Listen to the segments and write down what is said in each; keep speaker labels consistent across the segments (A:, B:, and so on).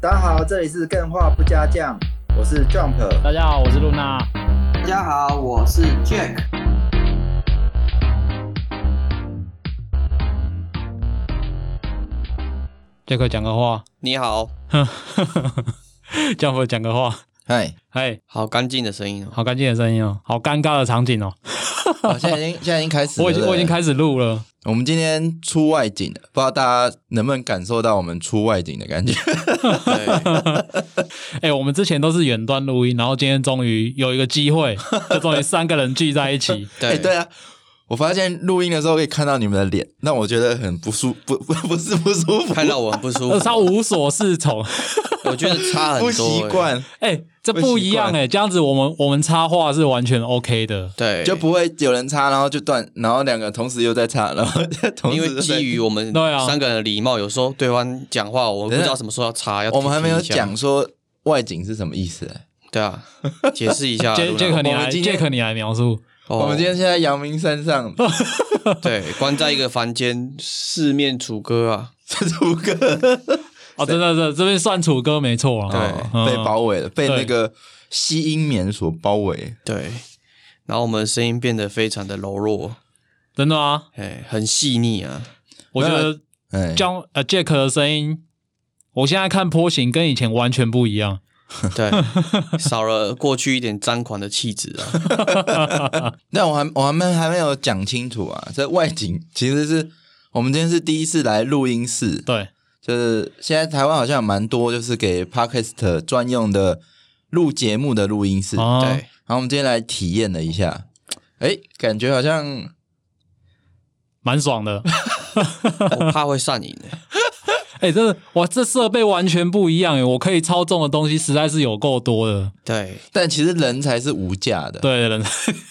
A: 大家好，这里是更画不加酱，我是 Jump。
B: 大家好，我是露娜。
C: 大家好，我是 Jack。
B: 杰克讲个话，
D: 你好，
B: 江佛讲个话。
D: 嗨，
B: 哎，
D: 好干净的声音哦！
B: 好干净的声音哦，好尴尬的场景哦。
E: 啊，现在已经现在已经开始了，
B: 我已经
E: 对不对
B: 我已经。开始录了，
E: 我们今天出外景了，不知道大家能不能感受到我们出外景的感觉？
D: 对，
B: 哎，我们之前都是远端录音，然后今天终于有一个机会，就终于三个人聚在一 起。
E: 哎，
D: 对，
E: 对啊，我发现录音的时候可以看到你们的脸，让我觉得很不舒 不不不是不舒服，
D: 看到我很不舒
B: 我
D: 服，
B: 呃超无所适从，
D: 我觉得 差很多，欸
E: 不习。惯，
B: 哎，这不一样
E: 不习惯
B: 哎，这样子我们我们插话是完全 OK 的，
D: 对，
E: 就不会有人插，然后就断，然后两个同时又在插，然后同时又
D: 因为
E: 在
D: 基于我们
B: 对啊
D: 三个人的礼貌，有时候对方讲话，我们不知道什么时候要插，要
E: 我们还没有
D: 提醒一下
E: 讲，说外景是什么意思、哎
D: 对啊，解释一 下。
B: 杰杰
D: 对不
B: 克
D: 对
B: 你
E: 啊我们
B: 来，
E: 今
B: 杰
E: 天
B: 克你来描述。
D: 哦
E: 我们今天现在阳明山 上，
D: 对关在一个房间，四面楚歌啊，
E: 这首歌
B: 哦，真的，真的，这边算楚歌没错啊。
D: 对
B: 嗯
E: 被包围了，被
B: 对
E: 那个吸音棉所包围。
D: 对，然后我们的声音变得非常的柔弱，
B: 真的吗？
D: 哎，很细腻啊，
B: 我觉得
E: 哎，
B: 江呃 Jack 的声音，我现在看波形跟以前完全不一样。
D: 对，少了过去一点张狂的气质啊，
E: 但我还我还没还没有讲清楚啊，这外景其实是我们今天是第一次来录音室，
B: 对，
E: 就是现在台湾好像有蛮多就是给 podcast 专用的录节目的录音室，然
B: 啊，
D: 对，
E: 后我们今天来体验了一下，哎，感觉好像
B: 蛮爽的。
D: 我怕会上瘾欸
B: 哎、真的，哇，这设备完全不一样哎，我可以操纵的东西实在是有够多的。
D: 对，
E: 但其实人才是无价的，
B: 对人，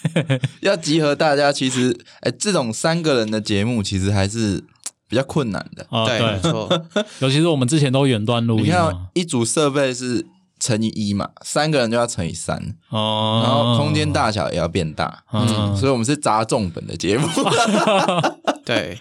E: 要集合大家，其实哎这种三个人的节目其实还是比较困难的，
B: 啊，
D: 对，没
B: 对，
D: 错，
B: 尤其是我们之前都远端录
E: 你
B: 音
E: 看
B: 嘛
E: 哦，一组设备是乘以一嘛，三个人就要乘以三。
B: 哦，
E: 然后空间，大小也要变大，
B: 嗯
E: 嗯，所以我们是砸重本的节目，
D: 对。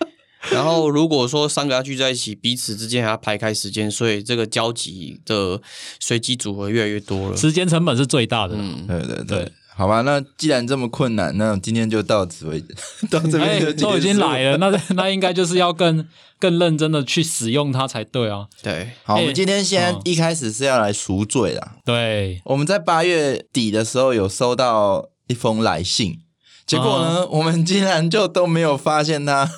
D: 然后如果说三个要聚在一起，彼此之间还要排开时间，所以这个交集的随机组合越来越多了。
B: 时间成本是最大的。
D: 嗯，
E: 对对
B: 对
E: 对，好吧，那既然这么困难，那今天就到此为止， 到这
B: 哎、
E: 边就结束
B: 都已经来，了，那那应该就是要更更认真的去使用它才对啊。
D: 对，
E: 好，我
B: 哎
E: 们今天现
B: 嗯
E: 在一开始是要来赎罪啦。
B: 对，
E: 我们在八月底的时候有收到一封来信，结果呢，
B: 嗯
E: 我们竟然就都没有发现它。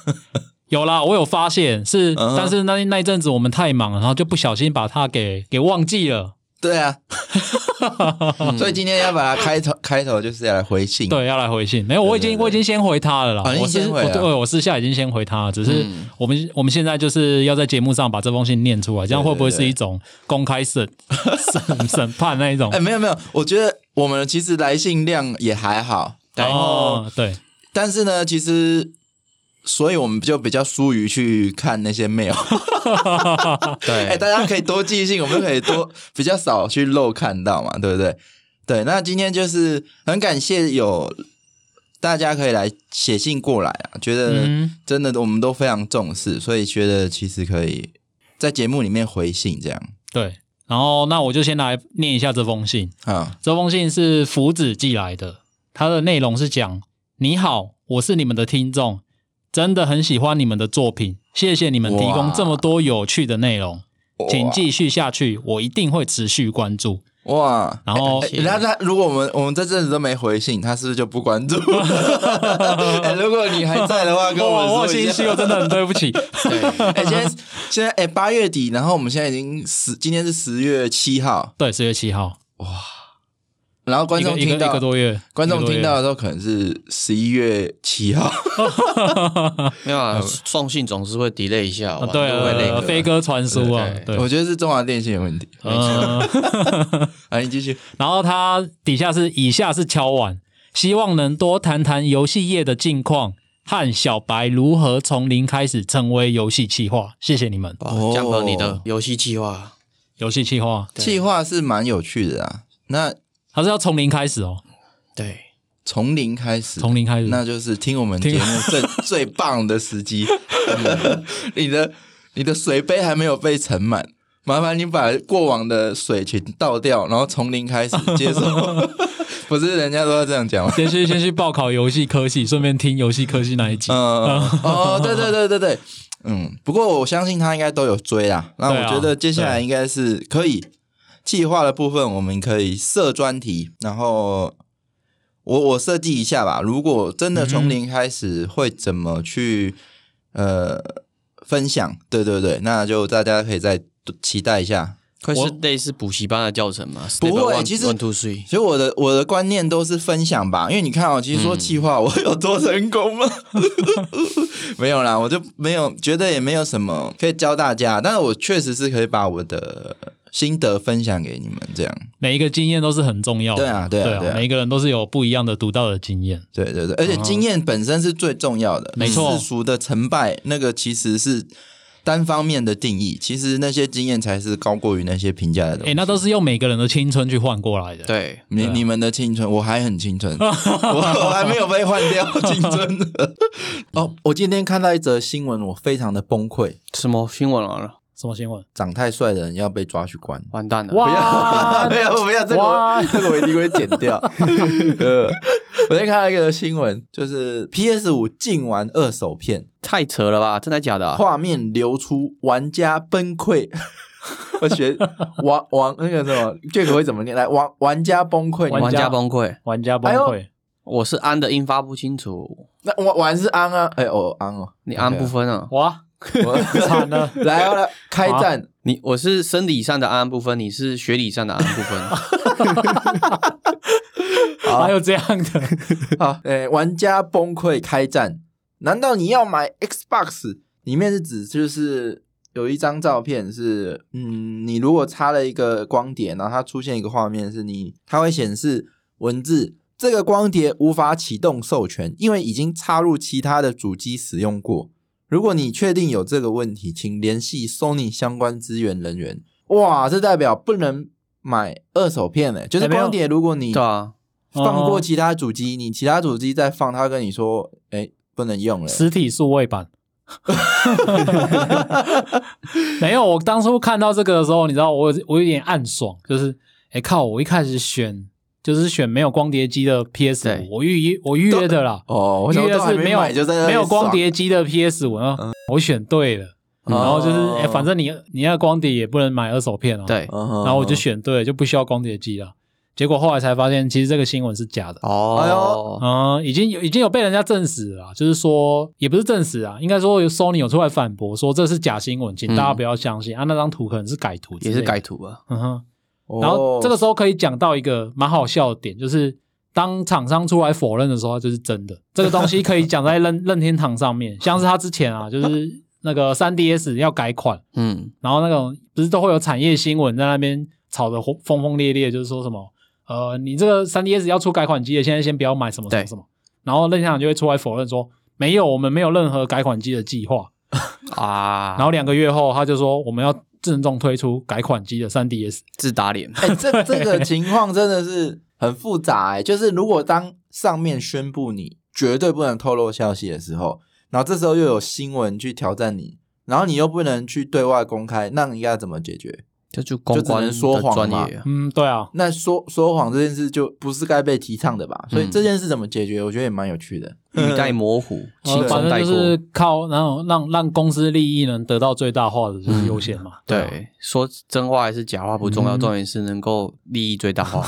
B: 有啦，我有发现是，
E: 嗯哼
B: 但是那那一阵子我们太忙了，然后就不小心把它给给忘记了。
E: 对啊， 所以今天要把它开头开头就是要来回信。
B: 嗯对，要来回信，没有，我已经
E: 嗯对对
B: 我已经先回他了啦。
E: 啊你已
B: 我
E: 经
B: 是
E: 先回
B: 我
E: 了嗯
B: 对我私下已经先回他了，只是我们、我们现在就是要在节目上把这封信念出来，这样
E: 对
B: 会不会
E: 对
B: 是一种公开审 审审判那一种
E: 哎，？没有没有，我觉得我们其实来信量也还好，然后
B: 哦，对，
E: 但是呢，其实，所以我们就比较疏于去看那 些 mail。
D: 对，
E: 哎、大家可以多寄信，我们可以多 比较少去漏看到嘛，对不对？对，那今天就是很感谢有大家可以来写信过来啊，觉得
B: 嗯
E: 真的我们都非常重视，所以觉得其实可以在节目里面回信这样
B: 对。然后那我就先来念一下这封信。
E: 啊。
B: 这封信是福子寄来的，它的内容是讲：你好，我是你们的听众，真的很喜欢你们的作品，谢谢你们提供
E: 哇
B: 这么多有趣的内容，请继续下去，我一定会持续关注。
E: 哇！
B: 然后
E: 哎那他如果我们我们这阵子都没回信，他是不是就 不关注？哎如果你还在的话，跟我
B: 哇
E: 们
B: 我
E: 说一
B: 心
E: 下。
B: 虚，我真的很对不起。
E: 哎、现在现在哎，八、月底，然后我们现在已经十，今天是十月七号，
B: 对，十月七号，
E: 然后观
B: 一
E: 众
B: 个一个
E: 听
B: 一
E: 到
B: 个多月，
E: 观众
B: 一个多月
E: 听到的时候可能是十一月七号，
D: 没有啊，送信总是会 delay 一
B: 呃
D: 下，
B: 啊
D: 晚
B: 对
D: 就会累
B: 呃
D: 的
B: 飞鸽传书啊， 对
D: 对，
E: 我觉得是中华电信有问题。
B: 嗯。
E: 啊，你继续，
B: 然后它底下是以下是敲碗，希望能多谈谈游戏业的近况和小白如何从零开始成为游戏企划。谢谢你们，
D: 哇，
E: 哦
D: 江河你的游戏计划，
B: 游戏企划，
D: 对
E: 计划是蛮有趣的啊。那
B: 它是要从零开始哦，
D: 对，
E: 从零开始，
B: 从零开始。
E: 那就是听我们
B: 听
E: 节目 最最 棒的时机。你的你的水杯还没有被盛满，麻烦你把过往的水群倒掉，然后从零开始接受。 不是人家都要这样讲吗？
B: 先去先去报考游戏科系，顺便听游戏科系那一集。
E: 嗯，哦，对对对对对，嗯。不过我相信他应该都有追啦。那
B: 对
E: 我
B: 啊
E: 觉得接下来应该是可以计划的部分，我们可以设专题，然后我我设计一下吧。如果真的从零开始，会怎么去呃分享？对对对，那就大家可以再多期待一下。
D: 会
B: 我
D: 是类似补习班的教程吗？
E: 不会
D: Step one,
E: 其实
D: one two three，
E: 所以我的我的观念都是分享吧，因为你看哦，其实说气话我有多成功吗？ 没有啦，我就没有觉得也没有什么可以教大家，但是我确实是可以把我的心得分享给你们，这样
B: 每一个经验都是很重要的。
E: 对啊对啊对啊
B: 每一个人都是有不一样的独到的经验。
E: 对对对，而且经验本身是最重要的，
B: 没错
E: 世俗的成败那个其实是单方面的定义，其实那些经验才是高过于那些评价的东
B: 哎、
E: 西。
B: 那都是用每个人的青春去换过来的。，
D: 对，
E: 你
B: 对啊
E: 你们的青春，我还很青 春，我我还没有被换 掉青春的。哦，我今天看到一则新闻，我非常的崩溃。
D: 什么新闻来了？
B: 什么新闻？
E: 长太帅的人要被抓去关。
D: 完蛋了！啊
B: 哇
E: 没有不要这个
B: 哇
E: 我， 这个我一定会剪 掉。呃，我先看到一个新闻，就是 PS 五禁玩二手片，
D: 太扯了吧？真的假的啊、
E: 画面流出，玩家崩溃。 我学玩玩那个什么，这个会怎么念？来，玩玩家崩溃，
B: 玩
D: 玩
B: 家
D: 家崩溃，
B: 玩家崩溃、
D: 我是安的音发不清楚，
E: 那玩玩是安啊，哎哦安哦，
D: 你安不分啊？
B: 哇，
E: 我
B: 惨了
E: 来哦，来开战！
D: 你我是生理上的安安不分，你是学理上的安安不分。
B: 还有这样的，
E: 好，诶、玩家崩溃开战。难道你要买 Xbox？里面是指就是有一张照片是，嗯，你如果插了一个光碟，然后它出现一个画面，是你它会显示文字，这个光碟无法启动授权，因为已经插入其他的主机使用过。如果你确定有这个问题，请联系 Sony 相关资源人员。哇，这代表不能买二手片嘞、就是
B: 哎没有
E: 光碟，如果你
D: 对啊，
B: 哦
E: 放过其他主机，你其他主机再放，他跟你说，哎、不能用了。
B: 实体数位版。 没有，我当初看到这个的时候，你知道我有我有点暗爽，就是哎、靠，我一开始选就是选没有光碟机的 PS
D: 对
B: 五，我预我预约的啦，
E: 哦，我
B: 预
E: 想
B: 约
E: 说还
B: 是没有
E: 买就在那
B: 没
E: 边
B: 有光
E: 爽，
B: 碟机的 PS 五，然后我选对了，
E: 嗯
B: 然后就是
E: 哦
B: 哎、反正你你那光碟也不能买二手片哦，，
D: 对，
E: 然
B: 然后我就，选对了，就不需要光碟机了。结果后来才发现，其实这个新闻是假的。
E: 哎
D: 哦，
B: 嗯，已经有已经有被人家证实了啦，就是说也不是证实啊，应该说有 Sony 有出来反驳说这是假新闻，请大家不要相信、啊，那张图可能是改图，
D: 也是改。图啊。
B: 嗯哼，
E: 哦
B: 然后这个时候可以讲到一个蛮好笑的点，就是当厂商出来否认的时候，它就是真的。这个东西可以讲在任任天堂上面，像是他之前啊，就是那个 3DS 要改款，
D: 嗯，
B: 然后那种不是都会有产业新闻在那边吵得轰轰轰烈烈，就是说什么呃，你这个 3DS 要出改款机的，现在先不要买什么什么
D: 对
B: 什么，然后任天堂就会出来否认说没有，我们没有任何改款机的计划。
D: 啊，
B: 然后两个月后，他就说我们要郑重推出改款机的 3DS。
D: 自打脸。
E: 哎、这这个情况真的是很复杂、哎，就是如果当上面宣布你绝对不能透露消息的时候，然后这时候又有新闻去挑战你，然后你又不能去对外公开，那你应该怎么解决？
D: 这就公关
E: 就只能说谎
D: 的专
E: 嘛
D: 业啊，
B: 嗯，对啊，
E: 那说说谎这件事就不是该被提倡的吧？所
B: 嗯
E: 以这件事怎么解决，我觉得也蛮有趣的。
D: 语带模糊，轻
B: 呃反
D: 松
B: 正
D: 带
B: 就
D: 过。
B: 是靠然后让让公司利益能得到最大化的就是优先嘛。啊，
D: 对，说真话还是假话不重要，
B: 嗯
D: 重点是能够利益最大化。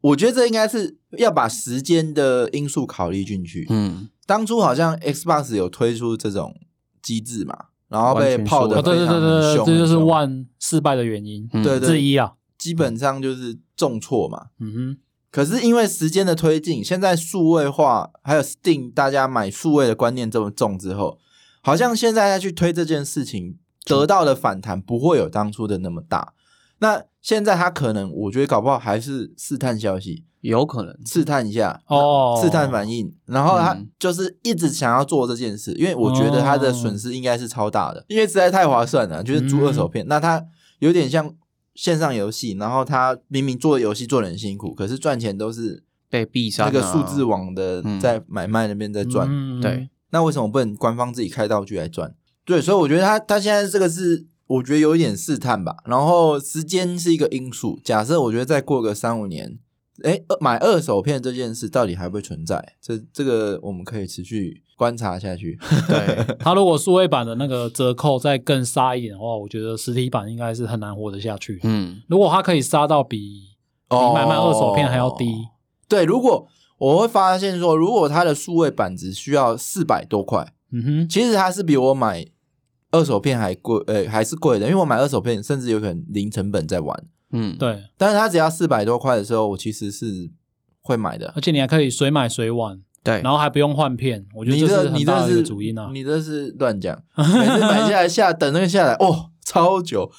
E: 我觉得这应该是要把时间的因素考虑进去。
D: 嗯，
E: 当初好像 Xbox 有推出这种机制嘛，然后被
D: 完全
E: 泡
D: 说
E: 的
B: 哦，对对对对对，这就是 One 失败的原因
D: 嗯
E: 对对
B: 之一啊。
E: 基本上就是重挫嘛。
B: 嗯哼，
E: 可是因为时间的推进，现在数位化还有 Steam 大家买数位的观念这么重之后，好像现在再去推这件事情，得到的反弹不会有当初的那么大。那现在他可能，我觉得搞不好还是试探消息，
D: 有可能。
E: 试探一下
B: 哦
E: 试探反应，然后他
D: 嗯哦
E: 就是一直想要做这件事，因为我觉得他的损失应该是超大的，因为实在太划算了，就是租二
D: 嗯
E: 手片，那他有点像线上游戏，然后他明明做游戏做的很辛苦，可是赚钱都是
D: 被闭上
E: 那
D: 啊
E: 个数字网的
D: 嗯
E: 在买卖那边在赚，
B: 嗯
D: 对，
E: 那为什么不能官方自己开道具来赚？对，所以我觉得他他现在这个是我觉得有一点试探吧。然后时间是一个因素，假设我觉得再过个三五年，哎，二买二手片这件事到底还会存在？这这个我们可以持续观察 下去。
D: 对，
B: 它如果数位版的那个折扣再更杀一点的话，我觉得实体版应该是很难活得下去。
D: 嗯，
B: 如果它可以杀到比比买卖二手片还要低，
E: 哦对，如果我会发现说，如果它的数位版只需要四百多块，
B: 嗯哼，
E: 其实它是比我买二手片还贵，呃，还是贵的，因为我买二手片甚至有可能零成本在玩，
D: 嗯，
B: 对，
E: 但是它只要四百多块的时候，我其实是会买的
B: 而。且你还可以随买随玩，
D: 对，
B: 然后还不用换片，我觉得
E: 你
B: 这
E: 这
B: 是
E: 你
B: 很
E: 这
B: 大的一
E: 是
B: 个主因啊。
E: 你这是乱 讲。每次买下来下等那个下来，哦，超久。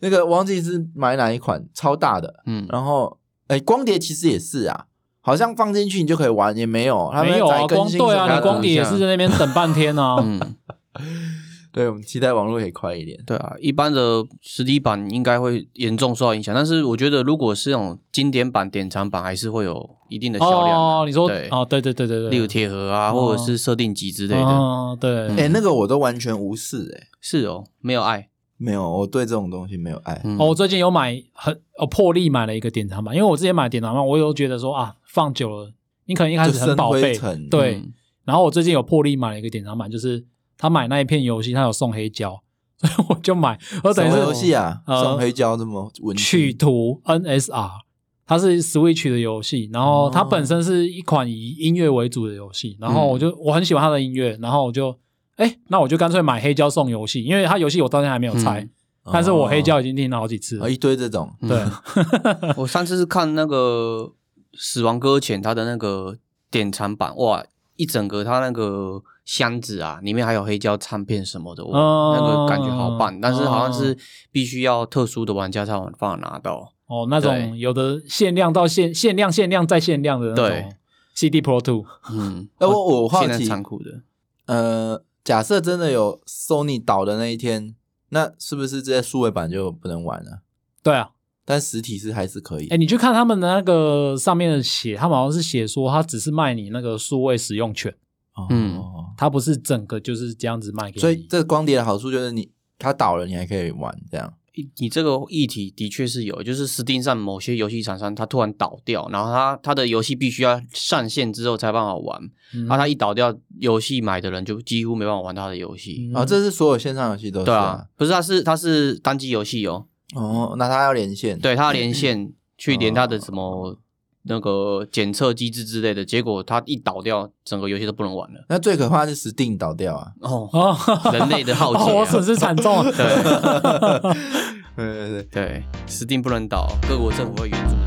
E: 那个忘记是买哪一款，超大的。
D: 嗯，
E: 然后，哎，光碟其实也是啊，好像放进去你就可以玩，也没有。他们
B: 没有
E: 在
B: 啊，
E: 更
B: 光
E: 新
B: 对
E: 什么
B: 啊，
E: 的
B: 你光碟也是在那边等半天 啊。
D: 嗯，
E: 对，我们期待网络可以快一点。
D: 对啊，一般的实体版应该会严重受到影响，但是我觉得如果是那种经典版、典藏版，还是会有一定的销量啊、
B: 哦，你说
D: 对
B: 哦，对对对对对，
D: 例如铁盒啊，
B: 哦
D: 或者是设定集之类的。
B: 哦，对，
E: 哎、那个我都完全无视、哎，
D: 是哦，没有爱。
E: 没有，我对这种东西没有爱。
D: 嗯
B: 哦，我最近有买很哦破例买了一个典藏版，因为我之前买典藏版，我有觉得说啊，放久了你可能一开始
E: 就生
B: 很宝
E: 灰
B: 贝
E: 尘，
B: 对。
D: 嗯
B: 然后我最近有破例买了一个典藏版，就是他买那一片游戏，他有送黑胶，所以我就买。我等
E: 什
B: 于
E: 么
B: 是
E: 游戏啊？
B: 呃
E: 上黑胶这么文
B: 曲
E: 青
B: 图 NSR，它是 Switch 的游戏，然后它
E: 哦
B: 本身是一款以音乐为主的游戏，然后我
E: 嗯
B: 就、我很喜欢它的音乐，然后我就哎、那我就干脆买黑胶送游戏，因为它游戏我到现在还没有拆，
D: 嗯
B: 但是
E: 哦
B: 我黑胶已嗯经听了好几次了
E: 哦一堆这种，
B: 对，
D: 我上次是看那个《死亡搁浅》它的那个典藏版，哇，一整个它那个箱子啊，里面还有黑胶唱片什么的，哇，
B: 哦
D: 那个感觉好棒。但是好像
B: 哦
D: 是必须要特殊的玩家才有办法拿到。
B: 哦，那种
D: 对
B: 有的限量到限限量限量再限量的那种
D: 对
B: CD Pro Two，
D: 嗯，
E: 哎我我好
D: 现在
E: 奇
D: 残酷的，
E: 呃，假设真的有 Sony 倒的那一天，那是不是这些数位版就不能玩了？
B: 对啊，
E: 但实体是还是可以
B: 哎、。你去看他们的那个上面的写，他们好像是写说他只是卖你那个数位使用权，
E: 哦
D: 嗯
B: 他不是整个就是这样子卖给你，
E: 所以这光碟的好处就是你它倒了，你还可以玩这样。
D: 你你这个议题的确是有，就是 Steam 上某些游戏厂商它突然倒掉，然后它它的游戏必须要上线之后才办法玩，
B: 嗯
D: 那、啊、它一倒掉，游戏买的人就几乎没办法玩它的游戏。
B: 嗯
E: 哦，这是所有线上游戏都是
D: 对啊。，不是它是它是单机游戏哦，
E: 哦，那它要连线。
D: 对，它要 连线去连它的什
B: 哦
D: 么那个检测机制之类的，结果它一倒掉，整个游戏都不能玩了。
E: 那最可怕是 Steam 倒掉啊！
D: 哦，
B: 哦，
D: 人类的浩劫啊
B: 哦我损失惨重啊。
D: 对
E: 对对对。
D: 对，Steam 不能倒，各国政府会援助。